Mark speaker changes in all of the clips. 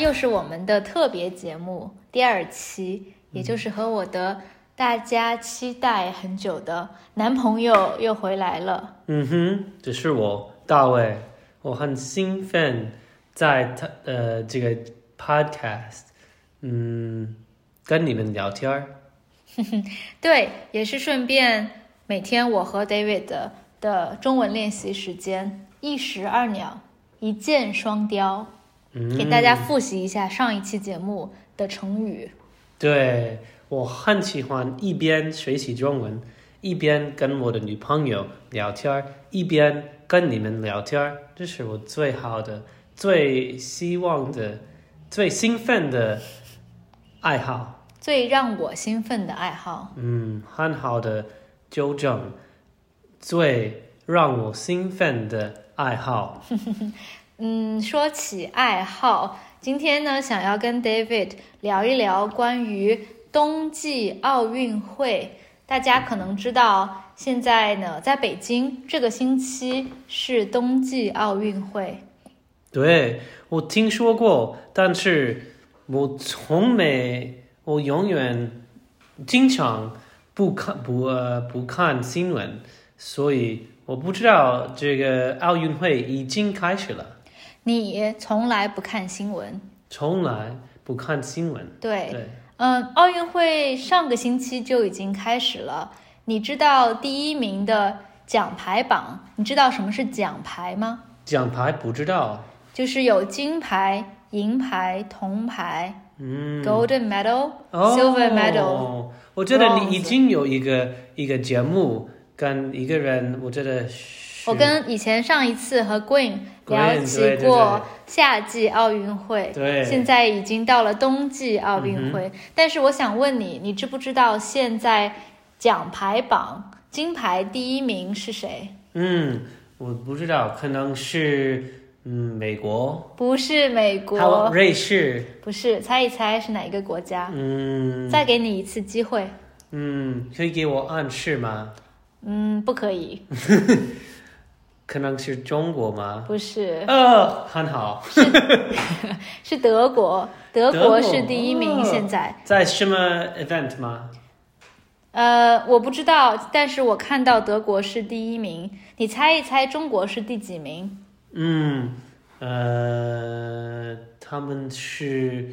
Speaker 1: 又是我们的特别节目第二期，也就是和我的大家期待很久的男朋友又回来了。
Speaker 2: 嗯哼，这是我大卫，我很兴奋，在他呃这个 podcast，嗯，跟你们聊天儿。
Speaker 1: 对，也是顺便每天我和 David 的的中文练习时间，一石二鸟，一箭双雕，
Speaker 2: 嗯，
Speaker 1: 给大家复习一下上一期节目的成语。
Speaker 2: 对我很喜欢一边学习中文，一边跟我的女朋友聊天儿，一边跟你们聊天儿，这是我最好的、最希望的、最兴奋的爱好。
Speaker 1: 最让我兴奋的爱好，
Speaker 2: 嗯，很好的纠正，最让我兴奋的爱好。
Speaker 1: 嗯，说起爱好，今天呢，想要跟 David 聊一聊关于冬季奥运会。大家可能知道，现在呢，在北京这个星期是冬季奥运会。
Speaker 2: 对，我听说过，但是我从没，我永远经常不看不呃不看新闻，所以我不知道这个奥运会已经开始了，
Speaker 1: 你从来不看新闻，
Speaker 2: 从来不看新闻。
Speaker 1: 对，
Speaker 2: 对，
Speaker 1: 嗯，奥运会上个星期就已经开始了。你知道第一名的奖牌榜？你知道什么是奖牌吗？
Speaker 2: 奖牌不知道，
Speaker 1: 就是有金牌、银牌、铜牌、
Speaker 2: 嗯，
Speaker 1: golden medal、
Speaker 2: 哦
Speaker 1: silver medal。
Speaker 2: 我觉得
Speaker 1: bronze
Speaker 2: 你已经有一个一个节目跟一个人，我觉得是
Speaker 1: 我跟以前上一次和 Gwen 聊
Speaker 2: Gwen，对
Speaker 1: 起
Speaker 2: 对对
Speaker 1: 过夏季奥运会，
Speaker 2: 对嗯
Speaker 1: 现在已经到了冬季奥运会。但是我想问你，你知不知道现在奖牌榜金牌第一名是谁？
Speaker 2: 嗯，我不知道，可能是嗯美国。
Speaker 1: 不是美
Speaker 2: 还有
Speaker 1: 国，
Speaker 2: 瑞士，
Speaker 1: 不是，猜一猜是哪个国家？
Speaker 2: 嗯
Speaker 1: 再给你一次机会，
Speaker 2: 嗯，可以给我暗示吗？
Speaker 1: 嗯，不可以，
Speaker 2: 可能是中国吗？
Speaker 1: 不是。
Speaker 2: 呃，很好，
Speaker 1: 是德国，德
Speaker 2: 德
Speaker 1: 国
Speaker 2: 国
Speaker 1: 是第一名。
Speaker 2: 哦
Speaker 1: 现在，
Speaker 2: 在什么 event 吗？
Speaker 1: 呃，我不知道，但是我看到德国是第一名。你猜一猜，中国是第几名？
Speaker 2: 嗯，呃，他们是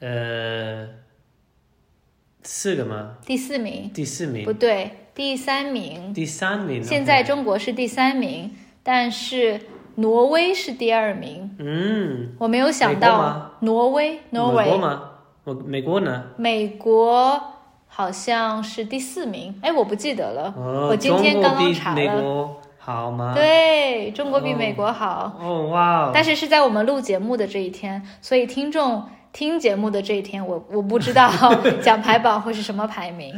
Speaker 2: 呃四个吗？
Speaker 1: 第四名？
Speaker 2: 第四
Speaker 1: 不
Speaker 2: 名，
Speaker 1: 对，第三名。
Speaker 2: 第三名呢。
Speaker 1: 现在中国是第三名，但是挪威是第二名。
Speaker 2: 嗯，
Speaker 1: 我没有想
Speaker 2: 美国
Speaker 1: 到
Speaker 2: 吗
Speaker 1: 挪威，挪
Speaker 2: 美国
Speaker 1: 威，
Speaker 2: 吗？我美国呢？
Speaker 1: 美国好像是第四名。哎，我不记得了，
Speaker 2: 哦，
Speaker 1: 我今天
Speaker 2: 中国
Speaker 1: 刚刚
Speaker 2: 比
Speaker 1: 查
Speaker 2: 美
Speaker 1: 了。
Speaker 2: 国好吗？，
Speaker 1: 对，中国比
Speaker 2: 哦
Speaker 1: 美国好。
Speaker 2: 哦哇哦，
Speaker 1: 但是是在我们录节目的这一天，所以听众听节目的这一天，我我不知 道奖牌榜会是什么排名。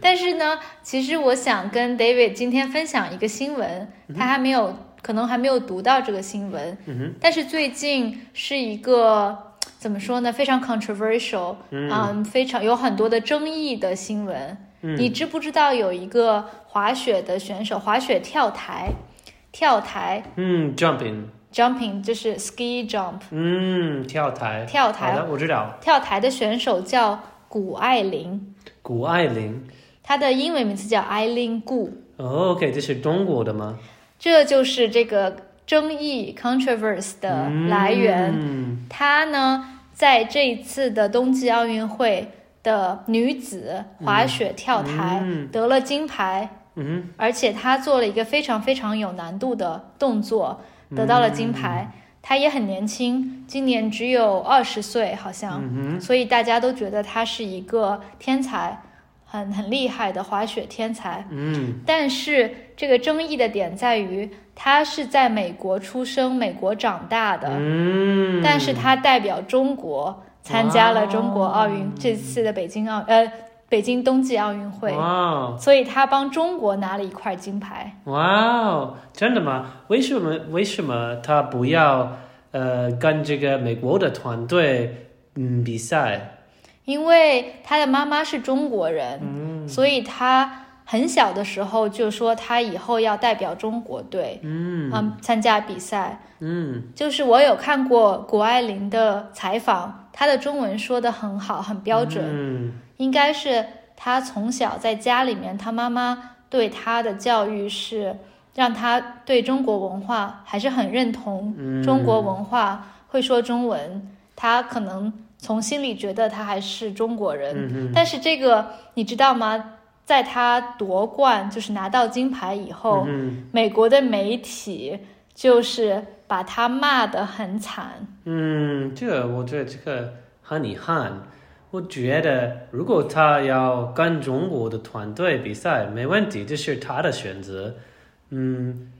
Speaker 1: 但是呢，其实我想跟 David 今天分享一个新闻，他还没有，可能还没有读到这个新闻，
Speaker 2: 嗯哼
Speaker 1: 但是最近是一个。怎么说呢？非常 controversial，嗯非常有很多的争议的新闻。
Speaker 2: 嗯
Speaker 1: 你知不知道有一个滑雪的选手滑雪跳台，跳台
Speaker 2: 嗯，jumping。
Speaker 1: jumping 就是 ski jump
Speaker 2: 嗯，跳台，
Speaker 1: 跳台
Speaker 2: 好的，我知道。
Speaker 1: 跳台的选手叫谷爱凌，
Speaker 2: 谷爱凌、
Speaker 1: 她的英文名字叫艾琳谷，
Speaker 2: 哦、，OK，这是中国的吗？
Speaker 1: 这就是这个争议 controversy 的来源。
Speaker 2: 嗯
Speaker 1: 她呢，在这一次的冬季奥运会的女子滑雪跳台
Speaker 2: 嗯
Speaker 1: 得了金牌，
Speaker 2: 嗯
Speaker 1: 而且她做了一个非常非常有难度的动作，
Speaker 2: 嗯
Speaker 1: 得到了金牌。她也很年轻，今年只有二十岁，好像。
Speaker 2: 嗯
Speaker 1: 所以大家都觉得他是一个天才，很很厉害的滑雪天才。
Speaker 2: 哼嗯
Speaker 1: 但是这个争议的点在于，他是在美国出生、美国长大的，
Speaker 2: 嗯，
Speaker 1: 但是他代表中国参加了中国奥运这次的北京奥呃北京冬季奥运会，
Speaker 2: 哇哦
Speaker 1: 所以他帮中国拿了一块金牌。
Speaker 2: 哇哦，真的吗？为什么为什么他不要呃跟这个美国的团队嗯比赛？
Speaker 1: 因为他的妈妈是中国人，所以他很小的时候就说他以后要代表中国队，嗯、参加比赛。
Speaker 2: 嗯，
Speaker 1: 就是我有看过谷爱凌的采访，她的中文说的很好，很标准。
Speaker 2: 嗯
Speaker 1: 应该是他从小在家里面，他妈妈对他的教育是让他对中国文化还是很认同，
Speaker 2: 嗯，
Speaker 1: 中国文化会说中文，他可能从心里觉得他还是中国人。
Speaker 2: 嗯，嗯
Speaker 1: 但是这个你知道吗？在他夺冠，就是拿到金牌以后，
Speaker 2: 嗯
Speaker 1: 美国的媒体就是把他骂得很惨。
Speaker 2: 嗯，这个我觉得这个很遗憾。我觉得如果他要跟中国的团队比赛，没问题，这是他的选择。嗯，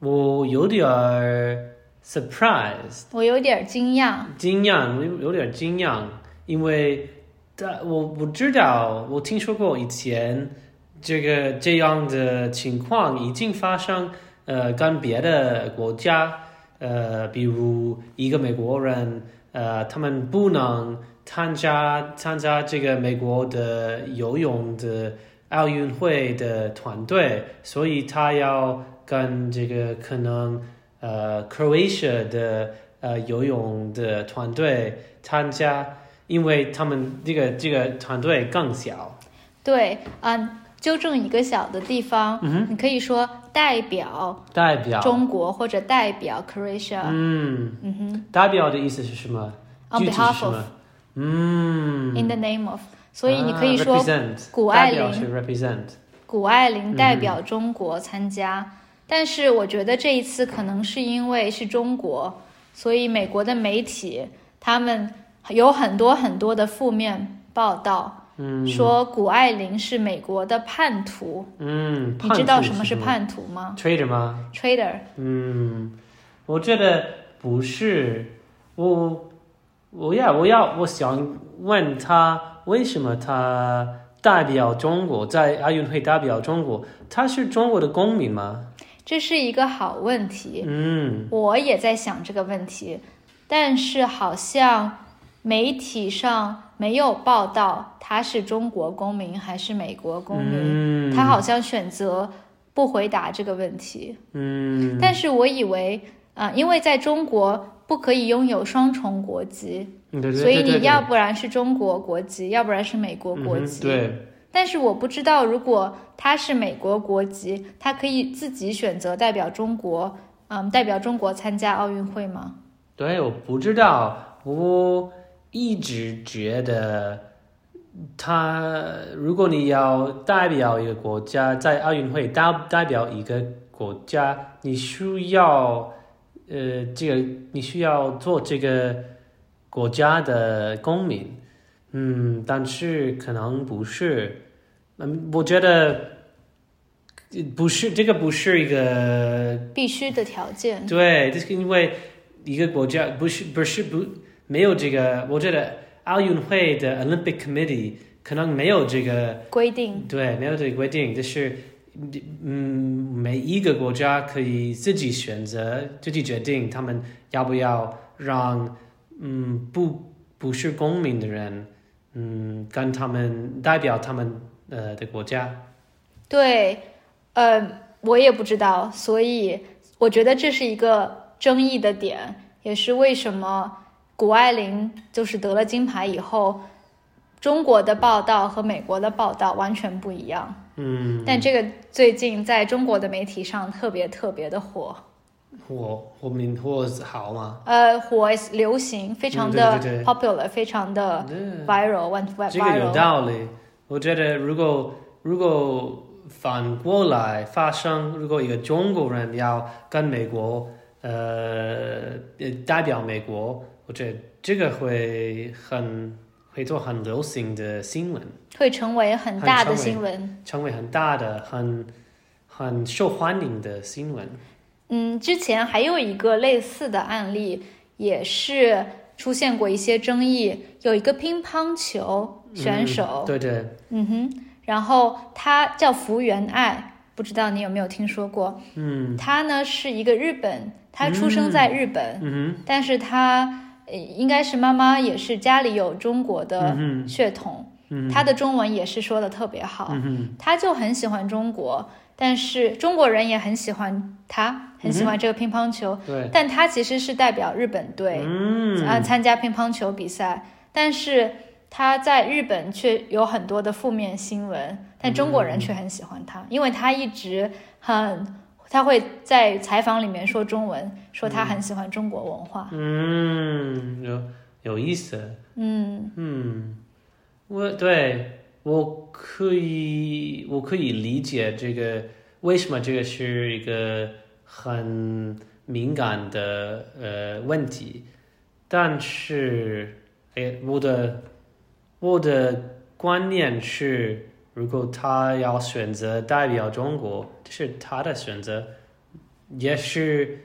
Speaker 2: 我有点儿 surprise。
Speaker 1: 我有点惊讶，
Speaker 2: 惊讶，我有有点惊讶，因为但我我知道，我听说过以前这个这样的情况已经发生，呃，跟别的国家，呃，比如一个美国人，呃，他们不能参加参加这个美国的游泳的奥运会的团队，所以他要跟这个可能呃 Croatia 的。呃游泳的团队参加，因为他们这个这个团队更小。
Speaker 1: 对啊、纠正一个小的地方，你可以说代表
Speaker 2: 嗯代表，
Speaker 1: 中国或者代表 Croatia、
Speaker 2: 嗯代表的意思是什么？
Speaker 1: on
Speaker 2: 具体是
Speaker 1: behalf
Speaker 2: 什
Speaker 1: of
Speaker 2: 么？嗯，
Speaker 1: in the name of，所以你可以
Speaker 2: 啊
Speaker 1: 说
Speaker 2: represent，
Speaker 1: 谷爱
Speaker 2: 代表
Speaker 1: 凌
Speaker 2: 是嗯 represent。
Speaker 1: 谷爱凌代表中国参加。但是我觉得这一次可能是因为是中国，所以美国的媒体他们有很多很多的负面报道，
Speaker 2: 嗯
Speaker 1: 说谷爱凌是美国的叛徒。
Speaker 2: 嗯，
Speaker 1: 你知道什么
Speaker 2: 么
Speaker 1: 是叛徒吗
Speaker 2: trader 吗？
Speaker 1: ？Trader，
Speaker 2: 嗯，我觉得不是，我我要我要我想问他为什么他代表中国在奥运会代表中国？他是中国的公民吗？
Speaker 1: 这是一个好问题。
Speaker 2: 嗯
Speaker 1: 我也在想这个问题，但是好像媒体上没有报道他是中国公民还是美国公民，
Speaker 2: 嗯
Speaker 1: 他好像选择不回答这个问题。
Speaker 2: 嗯
Speaker 1: 但是我以为啊、因为在中国不可以拥有双重国籍，
Speaker 2: 对对对
Speaker 1: 所以
Speaker 2: 对
Speaker 1: 你
Speaker 2: 对
Speaker 1: 要不然是中国国籍，要不然是美国国
Speaker 2: 嗯
Speaker 1: 籍。
Speaker 2: 哼对，
Speaker 1: 但是我不知道，如果他是美国国籍，他可以自己选择代表中国，嗯，代表中国参加奥运会吗？
Speaker 2: 对，我不知道，我一直觉得他，如果你要代表一个国家在奥运会代代表一个国家，你需要呃，这个你需要做这个国家的公民，嗯，但是可能不是，嗯，我觉得呃不是这个不是一个
Speaker 1: 必须的条件。
Speaker 2: 对，这是因为一个国家不是不是不没有这个，我觉得奥运会的 Olympic Committee 可能没有这个
Speaker 1: 规定，
Speaker 2: 对，没有这个规定，就是嗯，每一个国家可以自己选择、自己决定他们要不要让嗯不不是公民的人嗯跟他们代表他们呃的国家，
Speaker 1: 对，呃，我也不知道，所以我觉得这是一个争议的点，也是为什么谷爱凌就是得了金牌以后，中国的报道和美国的报道完全不一样。
Speaker 2: 嗯，
Speaker 1: 但这个最近在中国的媒体上特别特别的火。
Speaker 2: 我我明我好吗？
Speaker 1: 呃，火流行，非常的
Speaker 2: 嗯对对对
Speaker 1: popular，非常的 viral，went
Speaker 2: 这个有
Speaker 1: viral。
Speaker 2: 道理。我觉得如果如果反过来发生，如果一个中国人要跟美国呃呃代表美国，我觉得这个会很会做很流行的新闻，
Speaker 1: 会成为很
Speaker 2: 很
Speaker 1: 大的
Speaker 2: 成为
Speaker 1: 新闻。
Speaker 2: 成为很大的、很很受欢迎的新闻。
Speaker 1: 嗯，之前还有一个类似的案例，也是出现过一些争议。有一个乒乓球选手
Speaker 2: 嗯、，对对，
Speaker 1: 嗯哼，然后他叫福原爱，不知道你有没有听说过？
Speaker 2: 嗯
Speaker 1: 他呢是一个日本，他出生在日本，
Speaker 2: 嗯
Speaker 1: 但是他呃应该是妈妈也是家里有中国
Speaker 2: 哼
Speaker 1: 的
Speaker 2: 嗯哼
Speaker 1: 血统，
Speaker 2: 嗯
Speaker 1: 他的中文也是说的特别好，
Speaker 2: 嗯哼
Speaker 1: 他就很喜欢中国，但是中国人也很喜欢他，很
Speaker 2: 嗯
Speaker 1: 喜欢这个乒乓球，
Speaker 2: 对，
Speaker 1: 但他其实是代表日本队
Speaker 2: 嗯
Speaker 1: 啊、参加乒乓球比赛，但是他在日本却有很多的负面新闻，但中国人
Speaker 2: 嗯
Speaker 1: 却很喜欢他，因为他一直很。他会在采访里面说中文，说他很喜欢中国文化。
Speaker 2: 嗯，有有意思，
Speaker 1: 嗯
Speaker 2: 嗯，我对我可以我可以理解这个为什么这个是一个很敏感的呃问题，但是哎，我的我的观念是，如果他要选择代表中国，这是他的选择，也是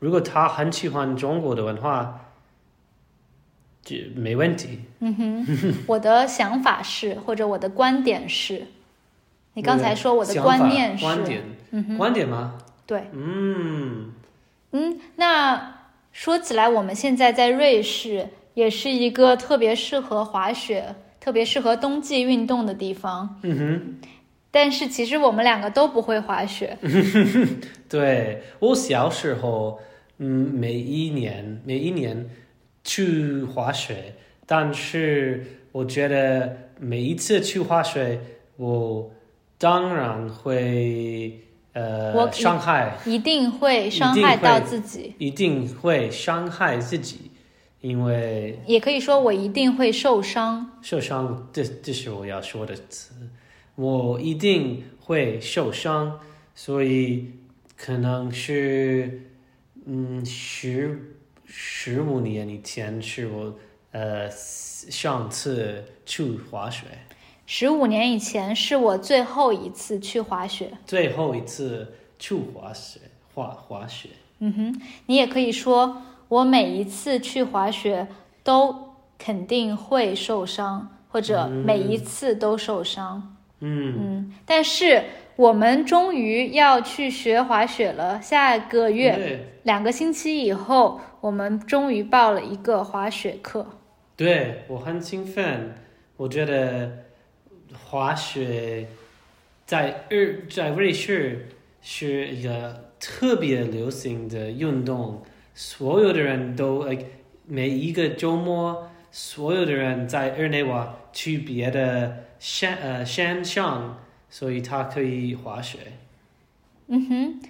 Speaker 2: 如果他很喜欢中国的文化。就没问题，
Speaker 1: 嗯哼，我的想法是，或者我的观点是，你刚才说我的
Speaker 2: 想
Speaker 1: 观
Speaker 2: 法
Speaker 1: 念是，
Speaker 2: 观点，
Speaker 1: 嗯哼，
Speaker 2: 观点吗？
Speaker 1: 对，
Speaker 2: 嗯，
Speaker 1: 嗯，那说起来，我们现在在瑞士也是一个特别适合滑雪、特别适合冬季运动的地方，
Speaker 2: 嗯哼，
Speaker 1: 但是其实我们两个都不会滑雪，
Speaker 2: 对我小时候，嗯，每一年每一年去滑雪，但是我觉得每一次去滑雪，我当然会
Speaker 1: 我
Speaker 2: 呃伤害
Speaker 1: 一定会伤
Speaker 2: 一定
Speaker 1: 害到
Speaker 2: 会
Speaker 1: 自己，
Speaker 2: 一定会伤害自己，因为
Speaker 1: 也可以说我一定会受伤。
Speaker 2: 受伤，这这是我要说的词，我一定会受伤，所以可能是，嗯，十十五年以前是我呃上次去滑雪
Speaker 1: 十五年以前是我最后一次去滑雪，
Speaker 2: 最后一次去滑雪滑滑雪，
Speaker 1: 嗯哼，你也可以说，我每一次去滑雪都肯定会受伤，或者每一次都受伤。
Speaker 2: 嗯，
Speaker 1: 嗯，但是我们终于要去学滑雪了，下个月
Speaker 2: 对
Speaker 1: 两个星期以后，我们终于报了一个滑雪课。
Speaker 2: 对我很兴奋，我觉得滑雪在日在瑞士是一个特别流行的运动，所有的人都 like 每一个周末，所有的人在日内瓦去别的山呃山上，所以他可以滑雪。
Speaker 1: 嗯哼，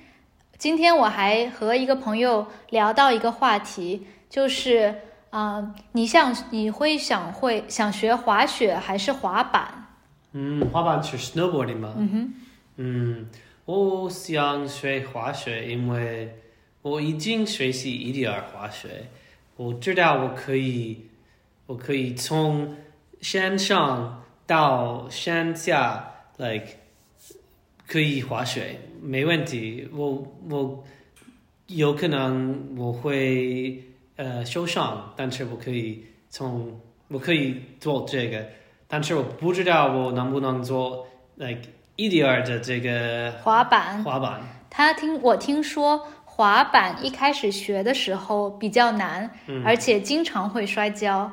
Speaker 1: 今天我还和一个朋友聊到一个话题，就是，啊、你想你会想会想学滑雪还是滑板？
Speaker 2: 嗯，滑板是 snowboarding 吗？
Speaker 1: 嗯哼。
Speaker 2: 嗯，我想学滑雪，因为我已经学习一点儿滑雪，我知道我可以，我可以从山上到山下，like 可以滑雪，没问题。我我有可能我会呃受伤，但是我可以从我可以做这个，但是我不知道我能不能做 like 一点儿的这个
Speaker 1: 滑板，
Speaker 2: 滑板。
Speaker 1: 他听我听说滑板一开始学的时候比较难，
Speaker 2: 嗯，
Speaker 1: 而且经常会摔跤，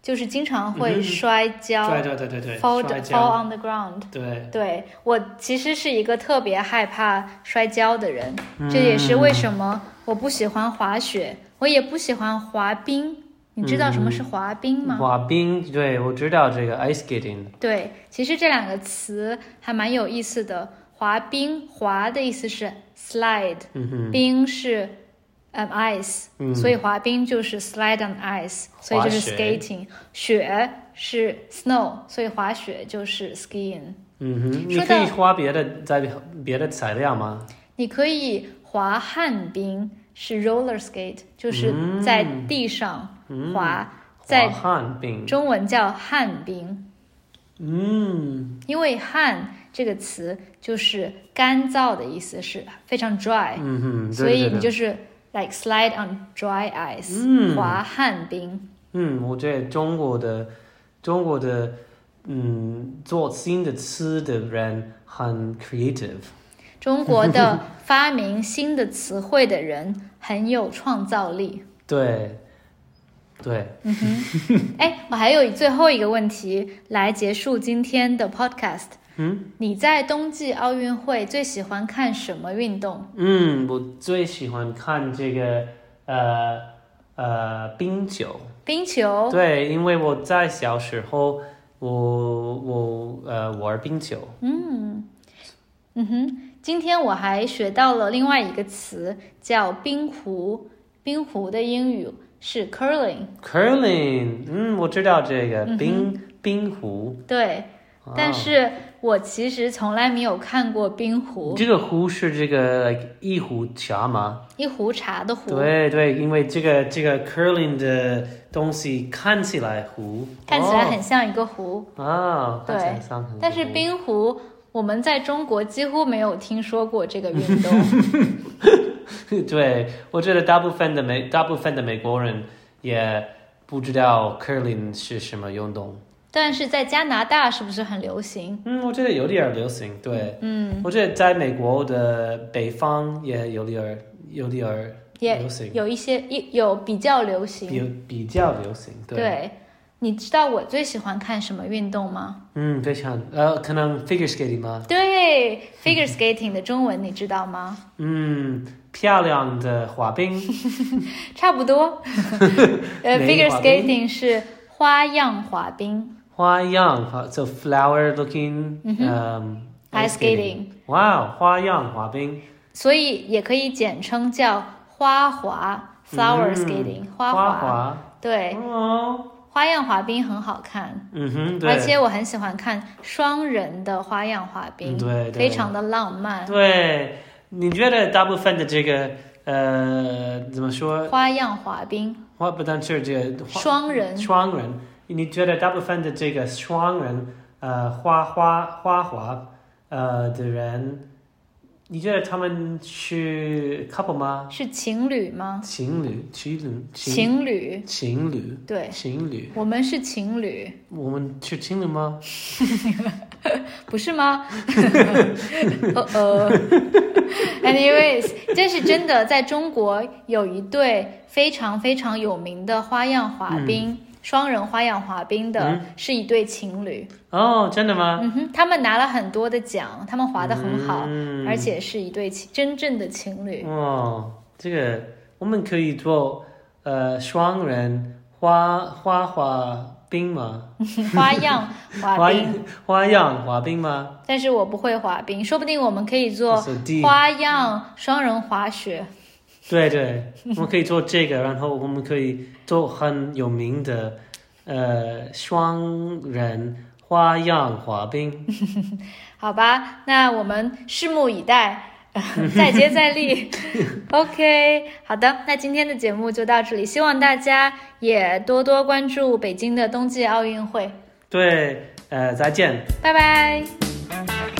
Speaker 1: 就是经常
Speaker 2: 嗯
Speaker 1: 会
Speaker 2: 哼
Speaker 1: 摔跤
Speaker 2: 对对对对对，
Speaker 1: ，fall
Speaker 2: 摔跤，
Speaker 1: fall on the ground。
Speaker 2: 对，
Speaker 1: 对我其实是一个特别害怕摔跤的人，
Speaker 2: 嗯
Speaker 1: 这也是为什么我不喜欢滑雪，我也不喜欢滑冰。你知道什么是滑冰吗？
Speaker 2: 滑冰，对我知道这个 ice skating，
Speaker 1: 对，其实这两个词还蛮有意思的。滑冰，滑的意思是 slide，
Speaker 2: 嗯哼，
Speaker 1: 冰是嗯 ice，、
Speaker 2: 嗯
Speaker 1: 所以滑冰就是 slide on ice，所以就是
Speaker 2: 滑雪
Speaker 1: skating。雪是 snow，所以滑雪就是 skiing。
Speaker 2: 嗯哼，你
Speaker 1: 说
Speaker 2: 可以
Speaker 1: 到
Speaker 2: 花别的在别的材料吗？
Speaker 1: 你可以滑旱冰，是 roller skate，就是
Speaker 2: 嗯
Speaker 1: 在地上
Speaker 2: 嗯，
Speaker 1: 滑，
Speaker 2: 滑
Speaker 1: 在
Speaker 2: 旱冰，
Speaker 1: 中文叫旱冰，
Speaker 2: 嗯
Speaker 1: 因为旱这个词就是干燥的意思，是非常 dry，、
Speaker 2: 嗯哼，
Speaker 1: 所
Speaker 2: 对
Speaker 1: 以
Speaker 2: 对
Speaker 1: 你
Speaker 2: 对
Speaker 1: 就是 like slide on dry ice，、
Speaker 2: 嗯
Speaker 1: 滑旱冰。
Speaker 2: 嗯，我觉得中国的中国的嗯做新的吃的人很 creative，
Speaker 1: 中国的发 明新的词汇的人很有创造力。
Speaker 2: 对，对，
Speaker 1: 哎，我还有最后一个问题来结束今天的 podcast。嗯，你在冬季奥运会最喜欢看什么运动？
Speaker 2: 嗯，我最喜欢看这个呃呃冰球。
Speaker 1: 冰球？
Speaker 2: 对，因为我在小时候，我我呃玩冰球。
Speaker 1: 嗯哼，今天我还学到了另外一个词，叫冰壶。冰壶的英语是 curling。
Speaker 2: curling，嗯，我知道这个冰、冰壶，
Speaker 1: 对，
Speaker 2: 哦
Speaker 1: 但是我其实从来没有看过冰壶，
Speaker 2: 这个壶是这个 like, 一壶茶吗？
Speaker 1: 一壶茶的壶，
Speaker 2: 对对，因为这个这个 curling 的东西看起来壶，
Speaker 1: 看起来很像一个壶，
Speaker 2: 哦啊，
Speaker 1: 对
Speaker 2: 看起来像很
Speaker 1: 但是
Speaker 2: 壶
Speaker 1: 冰壶我们在中国几乎没有听说过这个运动。
Speaker 2: 对，我觉得大部分的美大部分的美国人也不知道 curling 是什么运动。
Speaker 1: 但是在加拿大是不是很流行？
Speaker 2: 嗯，我觉得有点儿流行，对，
Speaker 1: 嗯，
Speaker 2: 我觉得在美国的北方也有点儿有点儿
Speaker 1: 也
Speaker 2: 流行，
Speaker 1: 有一些一有比较流行。
Speaker 2: 比比较流行，对，
Speaker 1: 你知道我最喜欢看什么运动吗？
Speaker 2: 嗯，非常呃，可能 figure skating 吗？
Speaker 1: 对，figure skating 的中文你知道 吗？
Speaker 2: 嗯，漂亮的滑 冰，
Speaker 1: 差不多。 呃
Speaker 2: 哪一
Speaker 1: ，figure
Speaker 2: 个滑冰
Speaker 1: skating 是花样滑冰
Speaker 2: 花样哈，so flower looking，
Speaker 1: 嗯
Speaker 2: 嗯
Speaker 1: （ice skating），
Speaker 2: 哇，花样滑冰，
Speaker 1: 所以也可以简称叫花滑 （flower
Speaker 2: 嗯
Speaker 1: skating）、
Speaker 2: 花
Speaker 1: 滑。
Speaker 2: 滑，
Speaker 1: 对，
Speaker 2: 哦，
Speaker 1: 花样滑冰很好看，
Speaker 2: 嗯哼，对，
Speaker 1: 而且我很喜欢看双人的花样滑冰，
Speaker 2: 嗯对对
Speaker 1: 非常的浪漫。
Speaker 2: 对，你觉得大部分的这个呃怎么说？
Speaker 1: 花样滑冰，
Speaker 2: 花不单是这个花
Speaker 1: 双人
Speaker 2: 双人，你觉得大部分的这个双人呃花花花滑呃的人，你觉得他们是 couple 吗？
Speaker 1: 是情侣吗？
Speaker 2: 情侣，情侣，情
Speaker 1: 情侣，
Speaker 2: 情侣，
Speaker 1: 对，
Speaker 2: 情侣，
Speaker 1: 我们是情侣，
Speaker 2: 我们是情侣吗？
Speaker 1: 不是吗？ 呃呃，anyways，这是真的，在中国有一对非常非常有名的花样滑冰。双人花样滑冰的是一对情侣，
Speaker 2: 哦，真的吗？
Speaker 1: 嗯哼，他们拿了很多的奖，他们滑得很好，
Speaker 2: 嗯
Speaker 1: 而且是一对情真正的情侣。
Speaker 2: 哦，这个我们可以做呃双人花花滑冰吗？
Speaker 1: 花样滑
Speaker 2: 花
Speaker 1: 冰，
Speaker 2: 花样滑冰吗？
Speaker 1: 但是我不会滑冰，说不定我们可以做
Speaker 2: 是第
Speaker 1: 花样双人滑雪。
Speaker 2: 对对，我们可以做这个，然后我们可以做很有名的呃双人花样滑冰。
Speaker 1: 好吧，那我们拭目以待， 再接再厉。OK，好的，那今天的节目就到这里，希望大家也多多关注北京的冬季奥运会。
Speaker 2: 对，呃，再见。
Speaker 1: 拜拜。